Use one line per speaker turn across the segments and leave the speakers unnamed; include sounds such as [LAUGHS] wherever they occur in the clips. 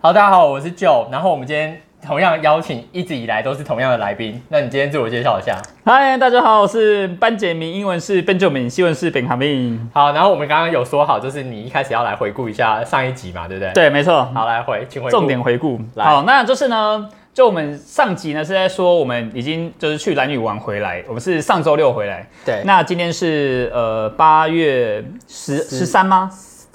好，大家好，我是 Joe。然后我们今天同样邀请一直以来都是同样的来宾。那你今天自我介绍一下。
嗨，大家好，我是班杰明，英文是 Benjamin，西文是 Benjamin。
好，然后我们刚刚有说好，就是你一开始要来回顾一下上一集嘛，对不对？。
对，没错，
好，来回，请回顾
重点。回顾。
来
好，那就是呢，就我们上集呢是在说我们已经就是去蓝屿玩回来，我们是上周六回来。
对，
那今天是呃八月十
十
十三吗？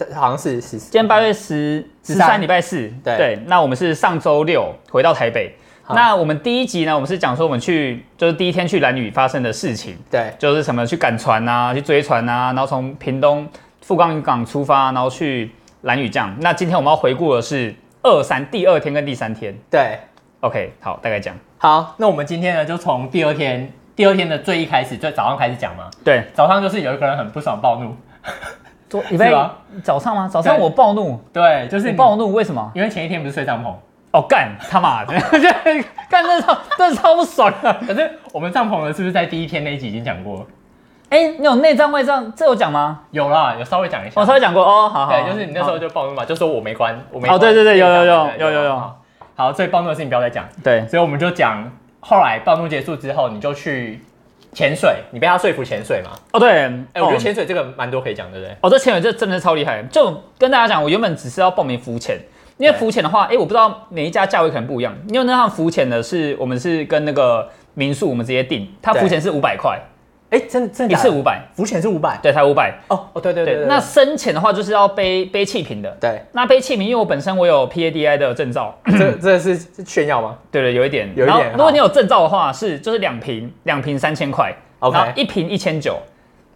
那好像是十四
今天八月十十
13
三，礼拜四。
对
那我们是上周六回到台北。
好
那我们第一集呢，我们是讲说我们去就是第一天去蓝屿发生的事情。
对
就是什么去赶船啊，去追船啊，然后从屏东富冈渔港出发，然后去蓝屿这样。那今天我们要回顾的是二三第二天跟第三天。
对。
OK，好，大概讲。
好，那我们今天呢，就从第二天第二天的最一开始，最早上开始讲嘛。
对，
早上就是有一个人很不爽暴怒，
昨礼
拜
拜早上吗？早上
对
我暴怒，
对，就是
是
你
暴，怒，为什么？
因为前一天不是睡帐篷，
哦，干他妈 [LAUGHS] 的，干这超这超不爽啊的。
可是我们帐篷呢，是不是在第一天那一集已经讲过？
[LAUGHS] 哎、你有内战外战，这有讲吗？
有啦，有稍微讲一下。
我稍微讲过哦，好好。
对，就是你那时候
好
就暴怒嘛，就说我没关，我没
哦
关
对对对有有有
对
有有有
好好，最暴怒的事情不要再讲，
对
所以我们就讲后来暴怒结束之后，你就去潜水，你被他说服潜水嘛？
哦对，
哎，我觉
哦
得潜水这个蛮多可以讲，对不对？
哦，这潜水这真的是超厉害。就跟大家讲，我原本只是要报名浮潜，因为
对
浮潜的话，哎，我不知道每一家价位可能不一样。因为那趟浮潜的是我们是跟那个民宿我们直接订，它
对
浮潜是五百块，
哎，真真
一次五百，
浮潜是五百，
对，才五百。
哦哦，对对
对，那深潜的话就是要背背气瓶的。
对，
那背气瓶，因为我本身我有 PADI 的证照，
这这是是炫耀吗？
对对，有一点。
有一点
然后如
好
果你有证照的话，是就是两瓶，两瓶三千块
OK
然后一瓶一千九。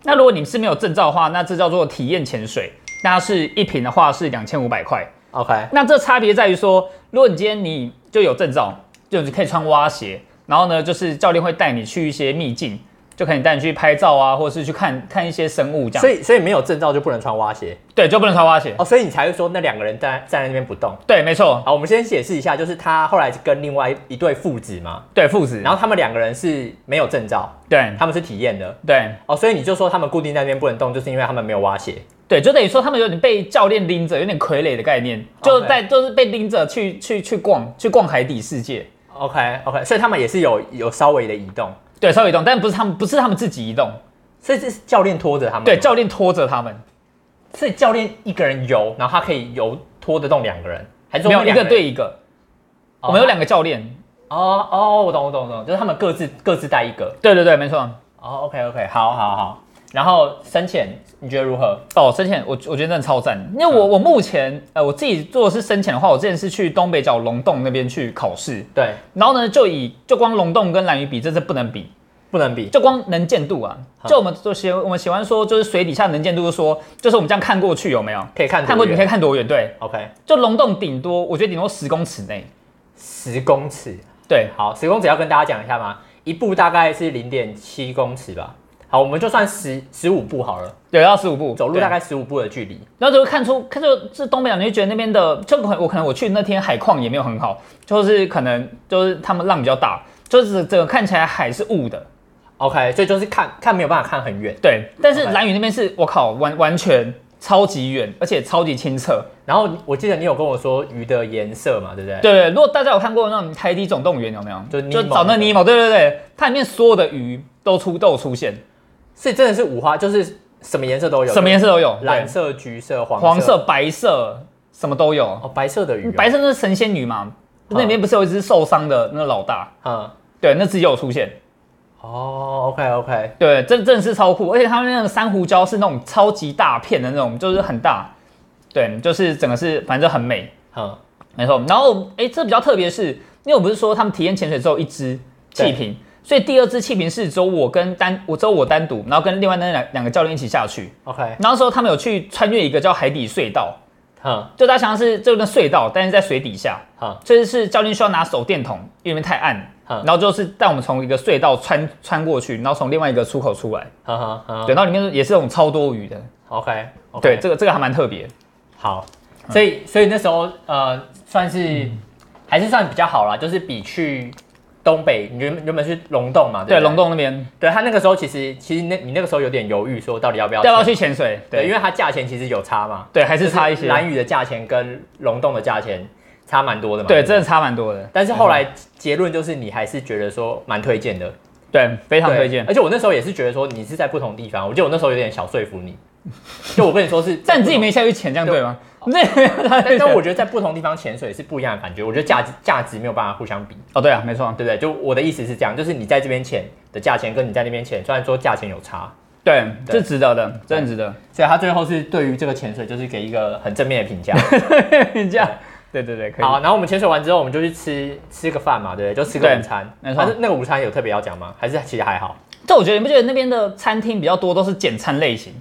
那如果你是没有证照的话，那这叫做体验潜水，那它是一瓶的话是两千五百块。
OK，
那这差别在于说，如果你今天你就有证照，就你可以穿蛙鞋，然后呢，就是教练会带你去一些秘境，就可以带你去拍照啊，或者是去看看一些生物这样。
所以所以没有证照就不能穿蛙鞋
对，就不能穿蛙鞋。
哦，所以你才会说那两个人站站在那边不动。
对，没错，
好，我们先解释一下，就是他后来跟另外一对父子嘛，
对父子，
然后他们两个人是没有证照，
对
他们是体验的，
对
哦，所以你就说他们固定在那边不能动，就是因为他们没有挖鞋。
对，就等于说他们有点被教练拎着，有点傀儡的概念，就
OK
在就是被拎着去去去逛去逛海底世界。
OK OK，所以他们也是有有稍微的移动，
对，稍微移动，但不是他们，不是他们自己移动，
所以这是教练拖着他们。
对，，教练拖着他们，
所以教练一个人游，然后他可以游拖得动两个人，还是说
没有一
两个人
个对？一个，
哦
我们有两个教练，
哦哦，我懂我懂我懂，就是他们各自各自带一个。
对对对，没错。
哦，OK OK，好好好。然后深潜，你觉得如何？
哦，深潜，我我觉得真的超赞，因为
嗯
我、我目前呃我自己做的是深潜的话，我之前是去东北角龙洞那边去考试，
对，
然后呢就以就光龙洞跟蓝屿比，这是不能比，
不能比。
就光能见度啊，
好
就我们就喜我们喜欢说就是水底下能见度，说就是我们这样看过去有没有？
可以看多
看过去
远
你可以看多远？对，
OK，
就龙洞顶多我觉得顶多十公尺内，
十公尺。
对
好，十公尺要跟大家讲一下吗？一步大概是零点七公尺吧。好，我们就算十十五步好了，
对，要十五步
走路
对
大概十五步的距离。
然后就会看出，看就是东北角，你会觉得那边的，就可我可能我去那天海况也没有很好，就是可能就是他们浪比较大，就是整个看起来海是雾的，
OK，所以就是看看没有办法看很远，
对。但是
OK
蓝屿那边是我靠，完完全超级远，而且超级清澈，
然后我记得你有跟我说鱼的颜色嘛，对不对？
对对。如果大家有看过那种《海底总动员》有没有？
就尼
就
莫
找
那
那
个
尼莫，对对对，它里面所有的鱼都出都有出现，
所以真的是五花，就是什么颜色都有，
什么颜色都有，
蓝
色、
色、橘色、黄
黄色、白色，什么都有。
哦，嗯白色的鱼、哦，
白色那是神仙鱼嘛，
好
那里面不是有一只受伤的那个老大，
嗯，
对，那只有出现。
哦，OK OK，
对，真真的是超酷，而且他们那个珊瑚礁是那种超级大片的那种，就是很大，对，就是整个是反正就很美，
嗯，
没错。然后哎，这比较特别是，因为我不是说他们体验潜水之后一支气瓶，所以第二支气瓶是只有我跟单，我只有我单独，然后跟另外那两两个教练一起下去。
OK，
然后那时候他们有去穿越一个叫海底隧道，
嗯
就大家想象是这个隧道，但是在水底下，
嗯
所以是教练需要拿手电筒，因为里面太暗，
嗯
然后就是带我们从一个隧道穿穿过去，然后从另外一个出口出来。
嗯嗯
对，然后里面也是那种超多余的。
，OK，
对，这个这个还蛮特别。
好，所以所以那时候呃，算是、
嗯
还是算比较好啦，就是比去东北，你原本原本是龙洞嘛，对
对，
不对
龙，洞那边
对他那个时候其实其实那你那个时候有点犹豫，说到底要不要
要不要
去？
去潜水？
对，因
对，
为它价钱其实有差嘛，
对，还是差一些。
蓝屿的价钱跟龙洞的价钱差蛮多的嘛。
对，真的差蛮多的，
但是后来结论就是，你还是觉得说蛮推荐的，
对，非常
对
推荐。
而且我那时候也是觉得说，你是在不同地方，我记得我那时候有点小说服你， [LAUGHS] 就我跟你说是，
[LAUGHS] 但你自己没下去潜，这样对吗？那
但，但我觉得在不同地方潜水是不一样的感觉，我觉得价值价值没有办法互相比，
哦，对啊，没错啊，
对不对？就我的意思是这样，就是你在这边潜的价钱跟你在那边潜，虽然说价钱有差，
对，
对
这值得的，真的值得。
所以他最后是对于这个潜水就是给一个很正面的评价。
这样，对对对，可以。
好，啊然后我们潜水完之后，我们就去吃吃个饭嘛，对不对？就吃个
对
午餐。
没错
但是那个午餐有特别要讲吗？还是其实还好？
但我觉得你不觉得那边的餐厅比较多都是简餐类型，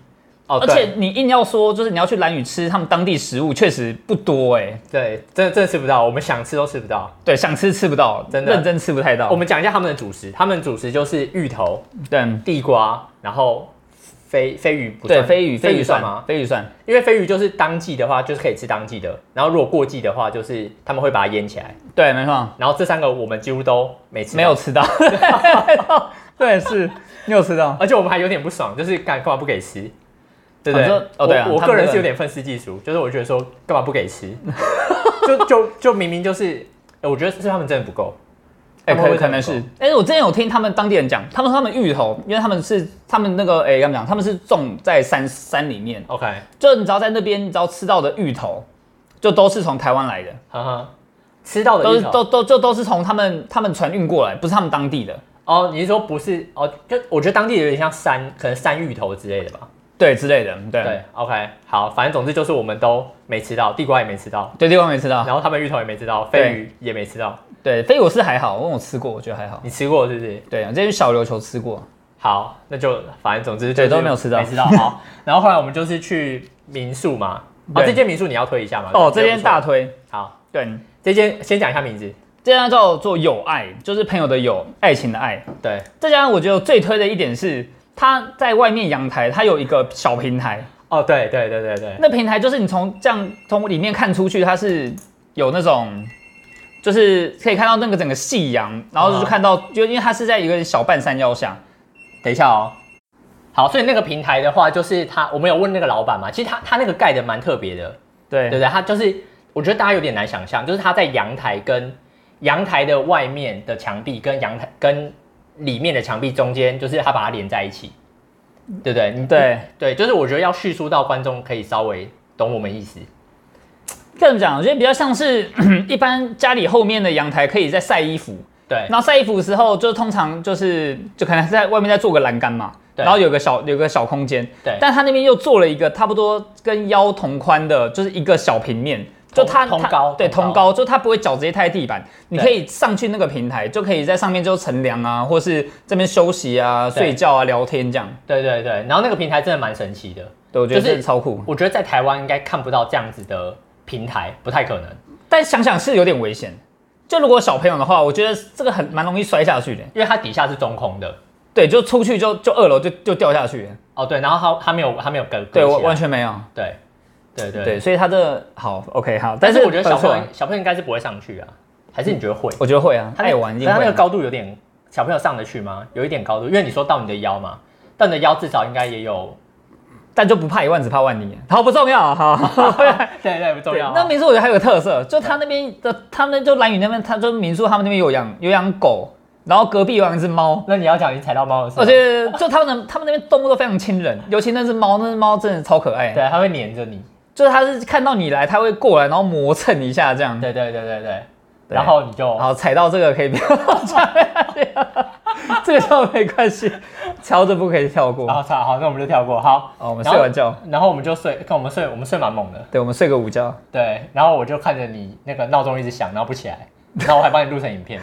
哦，
而
对
且你硬要说就是你要去兰屿吃他们当地食物，确实不多哎、
对，真的真的吃不到，我们想吃都吃不到。
对，想吃吃不到，
真的啊
认真吃不太到。
我们讲一下他们的主食，他们的主食就是芋头、
对
地瓜，然后飞飞鱼不
对
算，
飞鱼
飞
飞
鱼
鱼
算
算
吗？？
飞鱼算，
因为飞鱼就是当季的话，就是可以吃当季的，然后如果过季的话，就是他们会把它腌起来。
对，没错，
然后这三个我们几乎都没吃，
没有，吃到。 [LAUGHS] 对，是你有吃到。
[LAUGHS] 而且我们还有点不爽，就是干干嘛不给吃？对不对
啊这？哦对啊
我我
他们
个人
这个
是有点愤世嫉俗，就是我觉得说干嘛不给吃？ [LAUGHS] 就就就明明就是，呃我觉得是他们真的不够，
哎、
他们
可
会
可能
这样
是，哎、我之前有听他们当地人讲，他们说他们芋头，因为他们是他们那个，哎、他们讲他们是种在山山里面，
OK，
就你只要在那边，你只要吃到的芋头，就都是从台湾来的，
哈哈，吃到的
都
芋
是
头
都都就都是从他们他们船运过来，不是他们当地的，
哦，你是说不是哦？就我觉得当地有点像山，可能山芋头之类的吧。
对之类的，嗯对
对，OK，好，反正总之就是我们都没吃到，地瓜也没吃到，
对，地方没吃到，
然后他们芋头也没吃到，
啊对
飞鱼也没吃到。
对，飞我是还好，我有吃过，我觉得还好，
你吃过是不是？
对，我之前去小琉球吃过，
好，那就反正总之就
对
是
都没有吃到
没吃到。好，然后后来我们就是去民宿嘛，哦，
对
这间民宿你要推一下吗？
哦，这
间
间大推，
好，
对，
这间先讲一下名字，
这家叫做友爱，就是朋友的友，爱情的爱，
对，
这家我觉得最推的一点是，它在外面阳台，它有一个小平台，
哦，对对对对对，
那平台就是你从这样从里面看出去，它是有那种，就是可以看到那个整个夕阳，然后
啊
就看到，就因为它是在一个小半山腰下，
等一下哦。好，所以那个平台的话，就是他，我们有问那个老板嘛，其实他他那个盖的蛮特别的，
对
对不对？它就是我觉得大家有点难想象，就是它在阳台跟阳台的外面的墙壁跟阳台跟里面的墙壁中间，就是它把它连在一起，对不对？你
嗯对，
对，就是我觉得要叙述到观众可以稍微懂我们意思。
这么讲，我觉得比较像是一般家里后面的阳台可以在晒衣服，
对，
然后晒衣服的时候，就通常就是就可能在外面再做个栏杆嘛，
对
然后有个小有个小空间，
对
但他那边又做了一个差不多跟腰同宽的，就是一个小平面，就
同
它
同
它
高
对
同
同高，就它不会脚直接踏地板，你
对
可以上去那个平台，就可以在上面就乘凉啊，或是这边休息啊、
对
睡觉啊、聊天这样，
对对对，然后那个平台真的蛮神奇的，
对我觉
就
得
是
真的超酷，
我觉得在台湾应该看不到这样子的平台，不太可能。
但想想是有点危险。就如果小朋友的话，我觉得这个很蛮容易摔下去的。
因为它底下是中空的
对，就出去就就二楼就就掉下去了。
哦，对，然后它它没有它没有隔
对，
隔起
我
来
完全没有。
对对对
对，所以他的好 OK 好，
但是我觉得小朋
朋
友
友，
小朋友应该是不会上去啊，还是你觉得会？
啊我觉得会啊，
他那
爱玩一定
可是他
会
那个
啊。
高度有点，小朋友上得去吗？有一点高度，因为你说到你的腰嘛，到你的腰至少应该也
[LAUGHS]
有。
但就不怕一万，只怕万一。好，不重要，好。
对对，不重要啊。
那民宿我觉得还有个特色，就他那边的，他们就蓝屿那边，他就民宿他们那边有养有养狗，然后隔壁有养一只猫。
那你要讲你踩到猫的事吗，
我觉得就他们的他们那边动物都非常亲人，尤其那只猫，那只猫真的超可爱。
对，它会黏着你。
就是它是看到你来，它会过来，然后磨蹭一下这样。
对对对对对，
嗯对
然后你就
好，踩到这个可以不要 [LAUGHS] 这个倒没关系，敲着不可以跳过。
然后好好，那我们就跳过。好，
哦，我们
然
睡
后
完觉，
然后我们就睡，看我们睡，我们睡蛮猛的。
对，我们睡个午觉。
对，然后我就看着你那个闹钟一直响，然后不起来，然后我还帮你录成影
[LAUGHS]
片。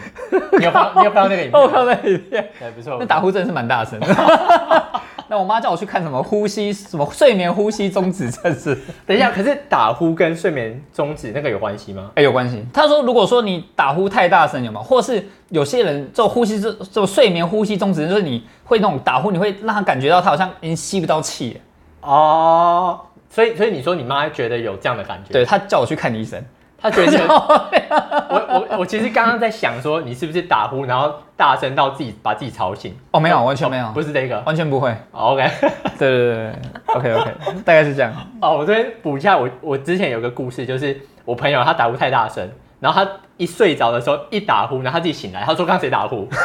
你有放你有放那个影
我
片
靠，
吗？
那一片，
对，不错。
[LAUGHS] 那打呼真的是蛮大声的。 [LAUGHS] 那我妈叫我去看什么呼吸，什么睡眠呼吸终止症是，
等一下，可是打呼跟睡眠终止那个有关系吗？
哎、有关系。她说，如果说你打呼太大声，有吗？或是有些人就呼吸就就睡眠呼吸终止症，就是你会那种打呼，你会让他感觉到他好像已经吸不到气了。
哦，所以所以你说你妈觉得有这样的感觉，
对，她叫我去看医生。
她觉得我我我其实刚刚在想说你是不是打呼，然后大声到自己把自己吵醒，
哦，没有，完全没有，
不是这个。
完全不会。
哦 OK，
对对对对，OK OK，大概是这样。
哦，我这边补一下，我我之前有个故事，就是我朋友他打呼太大声，然后他一睡着的时候一打呼，然后他自己醒来，他说刚刚谁打呼？ [LAUGHS]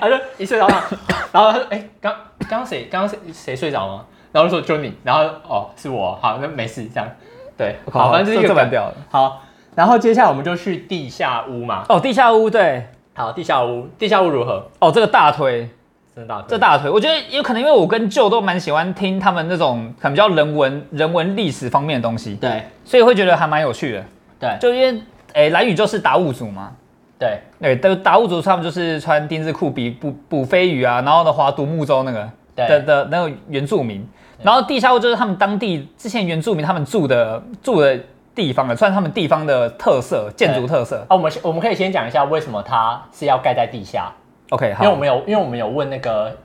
他就一睡着，然后然后他说：“哎、刚刚刚谁刚刚谁谁睡着吗？”然后就说：“就你。”然后哦，是我，好，那没事，这样对，好，反正就是一
这
个
蛮
梗
屌的。
好，然后接下来我们就去地下屋嘛。
哦，地下屋对，
好，地下屋，地下屋如何？
哦，这个大推，
真的大腿
这大腿，我觉得有可能因为我跟舅都蛮喜欢听他们那种可能比较人文、人文历史方面的东西，
对
所以会觉得还蛮有趣的。
对
就因为诶，蓝宇就是达悟族嘛，
对
对，达达悟族他们就是穿丁字裤比捕捕飞鱼啊，然后呢划独木舟那个
对
的的那个原住民，然后地下屋就是他们当地之前原住民他们住的住的地方了，算是他们地方的特色建筑
对
特色。
啊，我们先我们可以先讲一下为什么它是要盖在地下，
OK，好，
因为我们有因为我们有问那个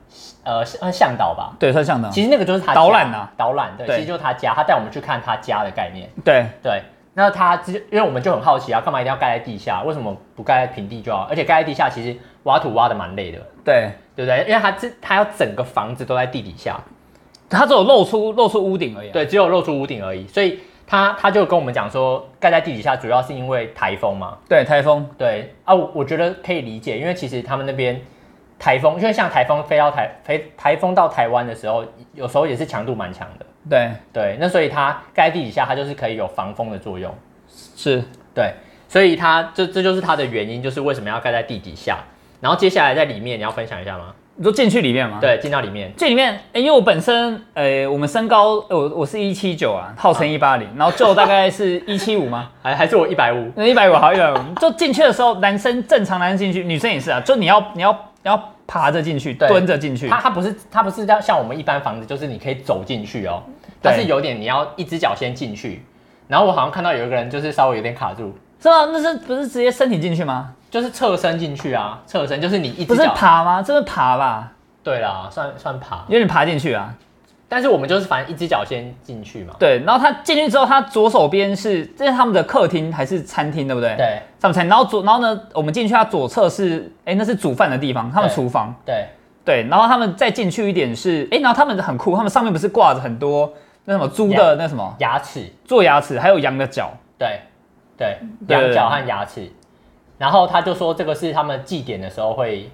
呃向向导吧，
对算像的，
其实那个就是他家
啊导览啊，
导览对，
对
其实就是他家，他带我们去看他家的概念。
对
对，那他之因为我们就很好奇啊，干嘛一定要盖在地下？为什么不盖在平地就好？而且盖在地下其实挖土挖的蛮累的，
对，
对不对？因为他这他要整个房子都在地底下，
它只有露出露出屋顶而已啊、
对，只有露出屋顶而已。所以他他就跟我们讲说，盖在地底下主要是因为台风嘛。
对，台风，
对啊，我我觉得可以理解，因为其实他们那边台风，因为像台风飞到台飞台风到台湾的时候，有时候也是强度蛮强的。
对，
对，那所以它盖在地底下，它就是可以有防风的作用。
是，
对，所以它这这就是它的原因，就是为什么要盖在地底下。然后接下来在里面，你要分享一下吗？
你说进去里面吗？，
对，进到里面，
这里面，诶因为我本身，呃，我们身高，呃我我是一七九啊，号称一八零，然后就大概是
[LAUGHS]
一七五吗？
还还是我一百五，
那一百五好一百五，就进去的时候，男生正常男生进去，女生也是啊，就你要你要你要爬着进去，
对
蹲着进去，
它它不是它不是要像我们一般房子，就是你可以走进去哦，它
对
是有点你要一只脚先进去。然后我好像看到有一个人就是稍微有点卡住，
是吧？那是不是直接身体进去吗？
就是侧身进去啊，侧身就是你一
不
只
是
脚。
爬吗？这是爬吧？
对啦，算算爬，
有点爬进去啊，
但是我们就是反正一只脚先进去嘛。
对。然后他进去之后，他左手边是这是他们的客厅还是餐厅，对不对？
对
他们餐厅。然后左然后呢，我们进去，它左侧是哎那是煮饭的地方，他们
对
厨房。
对
对，然后他们再进去一点是，哎，然后他们很酷，他们上面不是挂着很多那什么猪的那什么
牙齿，
做牙齿，还有羊的脚，
对对，
对
羊角和牙齿。然后他就说，这个是他们祭典的时候会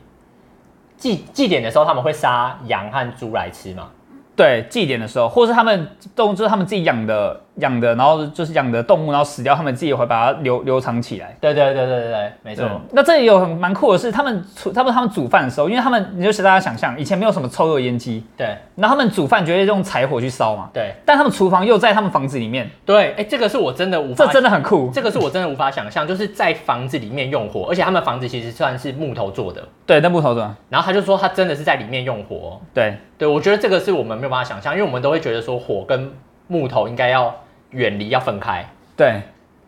祭祭典的时候他们会杀羊和猪来吃嘛？
对，祭典的时候，或是他们动就是他们自己养的养的，然后就是养的动物，然后死掉，他们自己会把它留留藏起来。
对对对对对对，没
没
错，
那这里有很蛮酷的是，他们煮他们他们煮饭的时候，因为他们你就是大家想象，以前没有什么抽油烟机，
对
然后他们煮饭绝对用柴火去烧嘛，
对
但他们厨房又在他们房子里面，
对，哎，这个是我真的无
这
法，
真的很酷。
这个是我真的无法想象，就是在房子里面用火，而且他们房子其实算是木头做的。
对，那木头的，
然后他就说，他真的是在里面用火哦、
对
对，我觉得这个是我们没有办法想象，因为我们都会觉得说火跟木头应该要远离，要分开。
对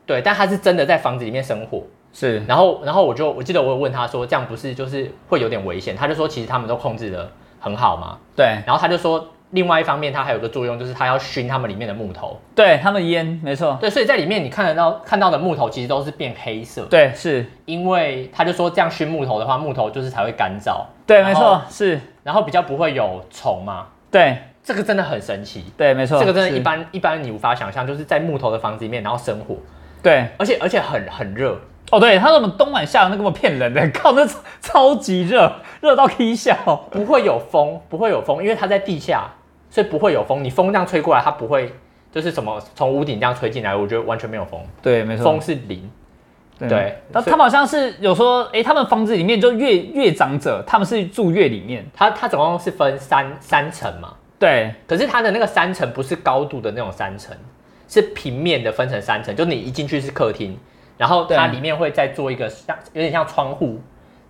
对，但他是真的在房子里面生火。
是，
然后，然后我就我记得我有问他说，这样不是就是会有点危险？他就说，其实他们都控制的很好嘛。
对
然后他就说，另外一方面，它还有个作用，就是它要熏他们里面的木头。
对，他们烟没错，
对，所以在里面你看得到看到的木头其实都是变黑色，
对是，
因为他就说这样熏木头的话，木头就是才会干燥，
对
然
没
后
错是，
然后比较不会有虫嘛。
对
这个真的很神奇，
对没错，
这个真的，
嗯是
一般一般你无法想象，就是在木头的房子里面，然后生火，
对
而且而且很很热，
哦对，他说我们冬晚下的那个我骗人的， [LAUGHS] 靠那超超级热，热到 K 笑，
不会有风，不会有风，因为它在地下，所以不会有风。你风这样吹过来，它不会就是什么从屋顶这样吹进来，我觉得完全没有风，
对没
风是零。对
那他们好像是有说，诶，他们房子里面就越越长者，他们是住越里面，
它它总共是分三三层嘛，
对
可是它的那个三层不是高度的那种三层，是平面的分成三层，就你一进去是客厅，然后它
对
里面会再做一个像有点像窗户，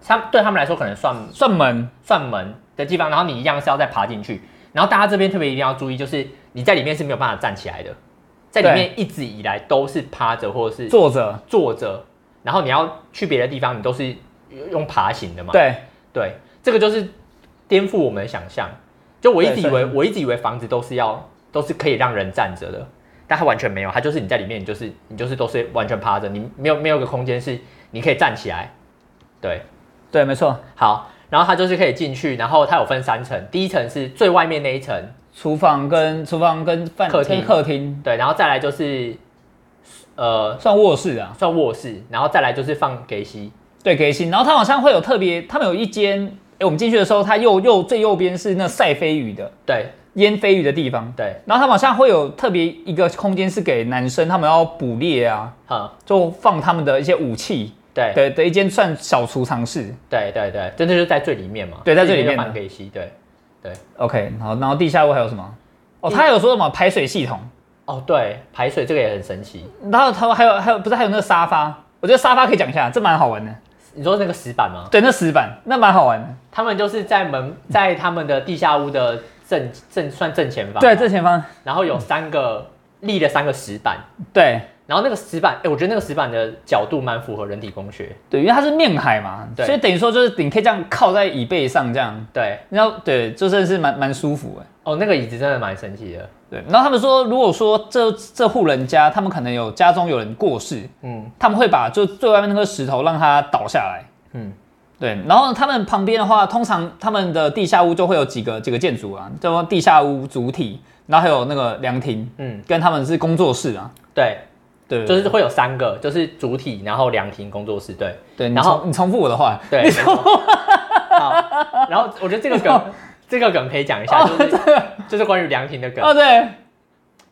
它对他们来说可能算
算门，
算门的地方，然后你一样是要再爬进去。然后大家这边特别一定要注意，就是你在里面是没有办法站起来的，在里面一直以来都是趴着或者是
坐着，
坐着，然后你要去别的地方，你都是用爬行的嘛。
对
对，这个就是颠覆我们的想象。就我一直以
对
为
所，以
我一直以为房子都是要都是可以让人站着的，但它完全没有，它就是你在里面，你就是你就是都是完全趴着，你没有没有一个空间是你可以站起来。对，
对没错，
好，然后它就是可以进去，然后它有分三层，第一层是最外面那一层，
厨房跟厨房跟饭
客厅
跟客厅，
对，然后再来就是呃
算卧室啊，
算卧室，然后再来就是放给息，
对，给薪。然后它好像会有特别，他们有一间，哎，我们进去的时候，它右右最右边是那晒飞鱼的
对
腌飞鱼的地方，
对，
然后他们好像会有特别一个空间是给男生，他们要捕猎啊，
嗯，
就放他们的一些武器
对
的的一间算小储藏室。
对对对，真的就是在最里面嘛，
对在最里面
就
的
放给息，对对，
OK，好，然后地下屋还有什么？哦，他有说什么排水系统，
哦对，排水这个也很神奇，
然后他还有还有不是还有那个沙发，我觉得沙发可以讲一下，这蛮好玩的。
你说那个石板吗？
对，那石板那蛮好玩的。
他们就是在门在他们的地下屋的正正算正前方，
对，正前方，
然后有三个立了三个石板，
对
然后那个石板，哎、我觉得那个石板的角度蛮符合人体工学，
对，因为它是面海嘛，
对
所以等于说就是你可以这样靠在椅背上这样，
对，
然后对，就真的是蛮蛮舒服的。
哦，那个椅子真的蛮神奇的，
对，然后他们说，如果说这这户人家他们可能有家中有人过世，
嗯
他们会把就最外面那颗石头让它倒下来。
嗯，
对，然后他们旁边的话，通常他们的地下屋就会有几个几个建筑啊，叫做地下屋主体，然后还有那个凉亭，
嗯，
跟他们是工作室啊。
对，
对，
就是会有三个，就是主体，然后凉亭工作室，对
对，然
然后
后你哦重复我的话，
对。没错 [LAUGHS] 好，然后我觉得这个梗，这个梗可以讲一下，就是、就是关于凉亭的梗。
哦，对，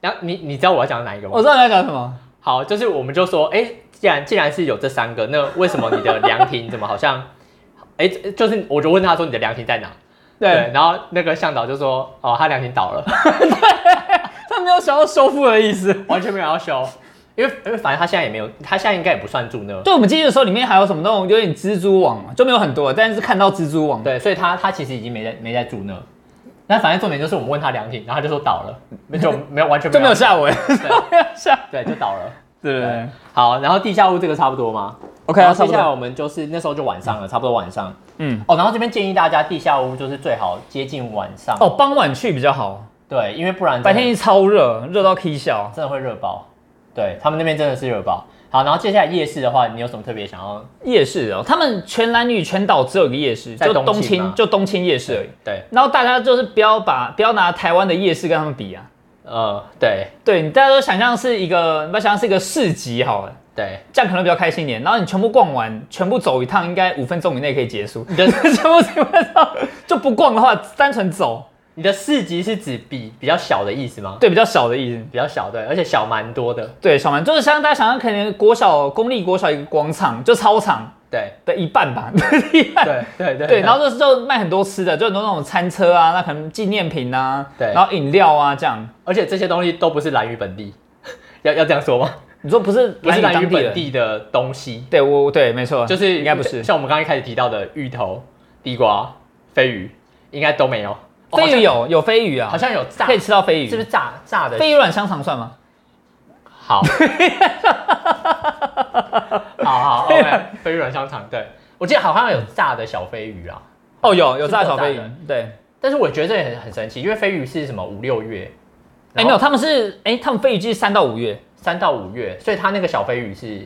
然后你你知道我要讲哪一个吗
我？知道你在讲什么。
好，就是我们就说，哎、既然既然是有这三个，那为什么你的凉亭怎么好像，哎、就是我就问他说你的凉亭在哪？
对，
然后那个向导就说，哦，他凉亭倒了， [LAUGHS]
他没有想要修复的意思。
完全没有要修，因为因为反正他现在也没有，他现在应该也不算住那，
对，我们进去的时候，里面还有什么那种有点蜘蛛网啊嘛，就没有很多，但是看到蜘蛛网。
对，所以他他其实已经没在没在住那。那反正重点就是我们问他凉亭，然后他就说倒了，就没有完全
[LAUGHS] 就没有
有
下文，
对
没有啊下，
对，就倒了。
啊对对对
好，然后地下屋这个差不多吗
，OK
然
啊，
后
差
接
不
下来
多，
我们就是那时候就晚上了，差不多晚上。
嗯，
哦，然后这边建议大家地下屋就是最好接近晚上，
哦，傍晚去比较好，
对，因为不然真的
白天一超热，热到 K 笑。
真的会热爆。对他们那边真的是热爆。好，然后接下来夜市的话，你有什么特别想要？
夜市哦，他们全南女全岛只有一个夜市，
在
就
东
东
青
青
吗
就东青夜市而已。
对，
然后大家就是不要把不要拿台湾的夜市跟他们比啊，
呃，对
对你大家都想象是一个，你不要想象是一个市集好了，
对，
这样可能比较开心一点。然后你全部逛完，全部走一趟，应该五分钟以内可以结束。
你的
[LAUGHS] 全部走一趟就不逛的话，单纯走，
你的市集是指比比较小的意思吗？
对，比较小的意思。
比较小，对，而且小蛮多的，
对，小蛮就是像大家想象，可能国小公立国小一个广场，就操场
对
的一半吧， [LAUGHS] 一半。
对对对
对，然后就是就卖很多吃的，就很多那种餐车啊，那可能纪念品啊，
对
然后饮料啊这样。
而且这些东西都不是兰屿本地，要要这样说吗？
你说不是
不是兰
兰屿
屿
当地
本
人？
地的东西，
对，我对，没错，
就是
应该不是。
像我们刚刚一开始提到的芋头、地瓜、飞鱼，应该都没有。哦
飞鱼有有飞鱼啊，
好像好像有炸，
可以吃到飞鱼，
是不是炸炸的？
飞鱼软香肠算吗？ [LAUGHS]
好，好好，OK，飞鱼
啊
软香肠，对我记得好像有炸的小飞鱼啊，
哦，有有炸
是不
小
是
飞
有
鱼
炸的，
对。
但是我觉得这也很很神奇，因为飞鱼是什么五六月，
哎，没有，他们是哎，他们飞鱼季是三到五月，
三到五月，所以它那个小飞鱼是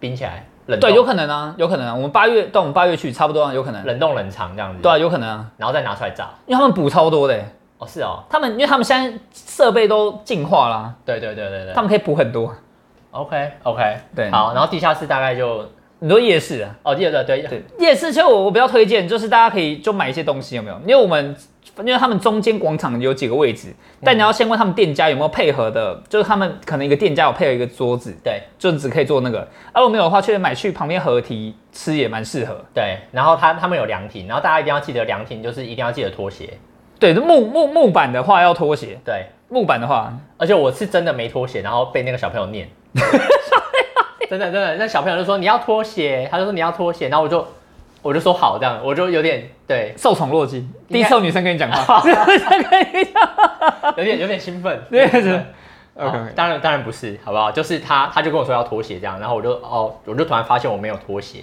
冰起来冷冻
对，有可能啊，有可能啊。我们八月，对，我们八月去，差不多啊，有可能。
冷冻冷藏这样子，
对啊，有可能啊，
然后再拿出来炸。
因为他们补超多的欸。
哦，是哦，
他们因为他们现在设备都进化啦、
对对对对对嗯
他们可以补很多。
，OK OK，
对
好，然后地下室大概就
很多夜市啊，
哦，第二个对
对夜市，其实我我比较推荐，就是大家可以就买一些东西，有没有？因为我们因为他们中间广场有几个位置，但你
嗯
要先问他们店家有没有配合的，就是他们可能一个店家有配合一个桌子，
对
就只可以坐那个。而我没有的话，去买去旁边合体吃也蛮适合。
对，然后他他们有凉亭，然后大家一定要记得凉亭就是一定要记得脱鞋，
对，木木木板的话要拖鞋，
对，
木板的话，
而且我是真的没脱鞋，然后被那个小朋友 [LAUGHS] 念。真的真的，那小朋友就说你要脱鞋，他就说你要脱鞋，然后我就我就说好这样，我就有点 [LAUGHS] 对，
受宠若惊。
应该
第一次有女生跟你讲
[LAUGHS]
话，第一次跟你讲话。
有点有点兴奋。
对
对
是
好哦当然当然不是，好不好？就是他他就跟我说要脱鞋这样，然后我就哦，我就突然发现我没有脱鞋。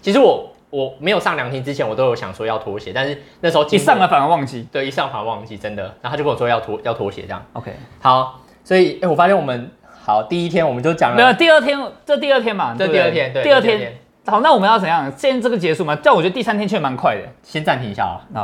其实我我没有上凉亭之前，我都有想说要脱鞋，但是那时候
一
经过
上来反而忘记。
对一上反而忘记真的，然后他就跟我说要脱要脱鞋这样。
OK，
好，所以哎、我发现我们好第一天我们就讲
没有
了，
第二天，这第二天嘛，
这
对不对
第二天对
第二
这第二天
天。好，那我们要怎样？先这个结束嘛？但我觉得第三天确实蛮快的。
先暂停一下啊。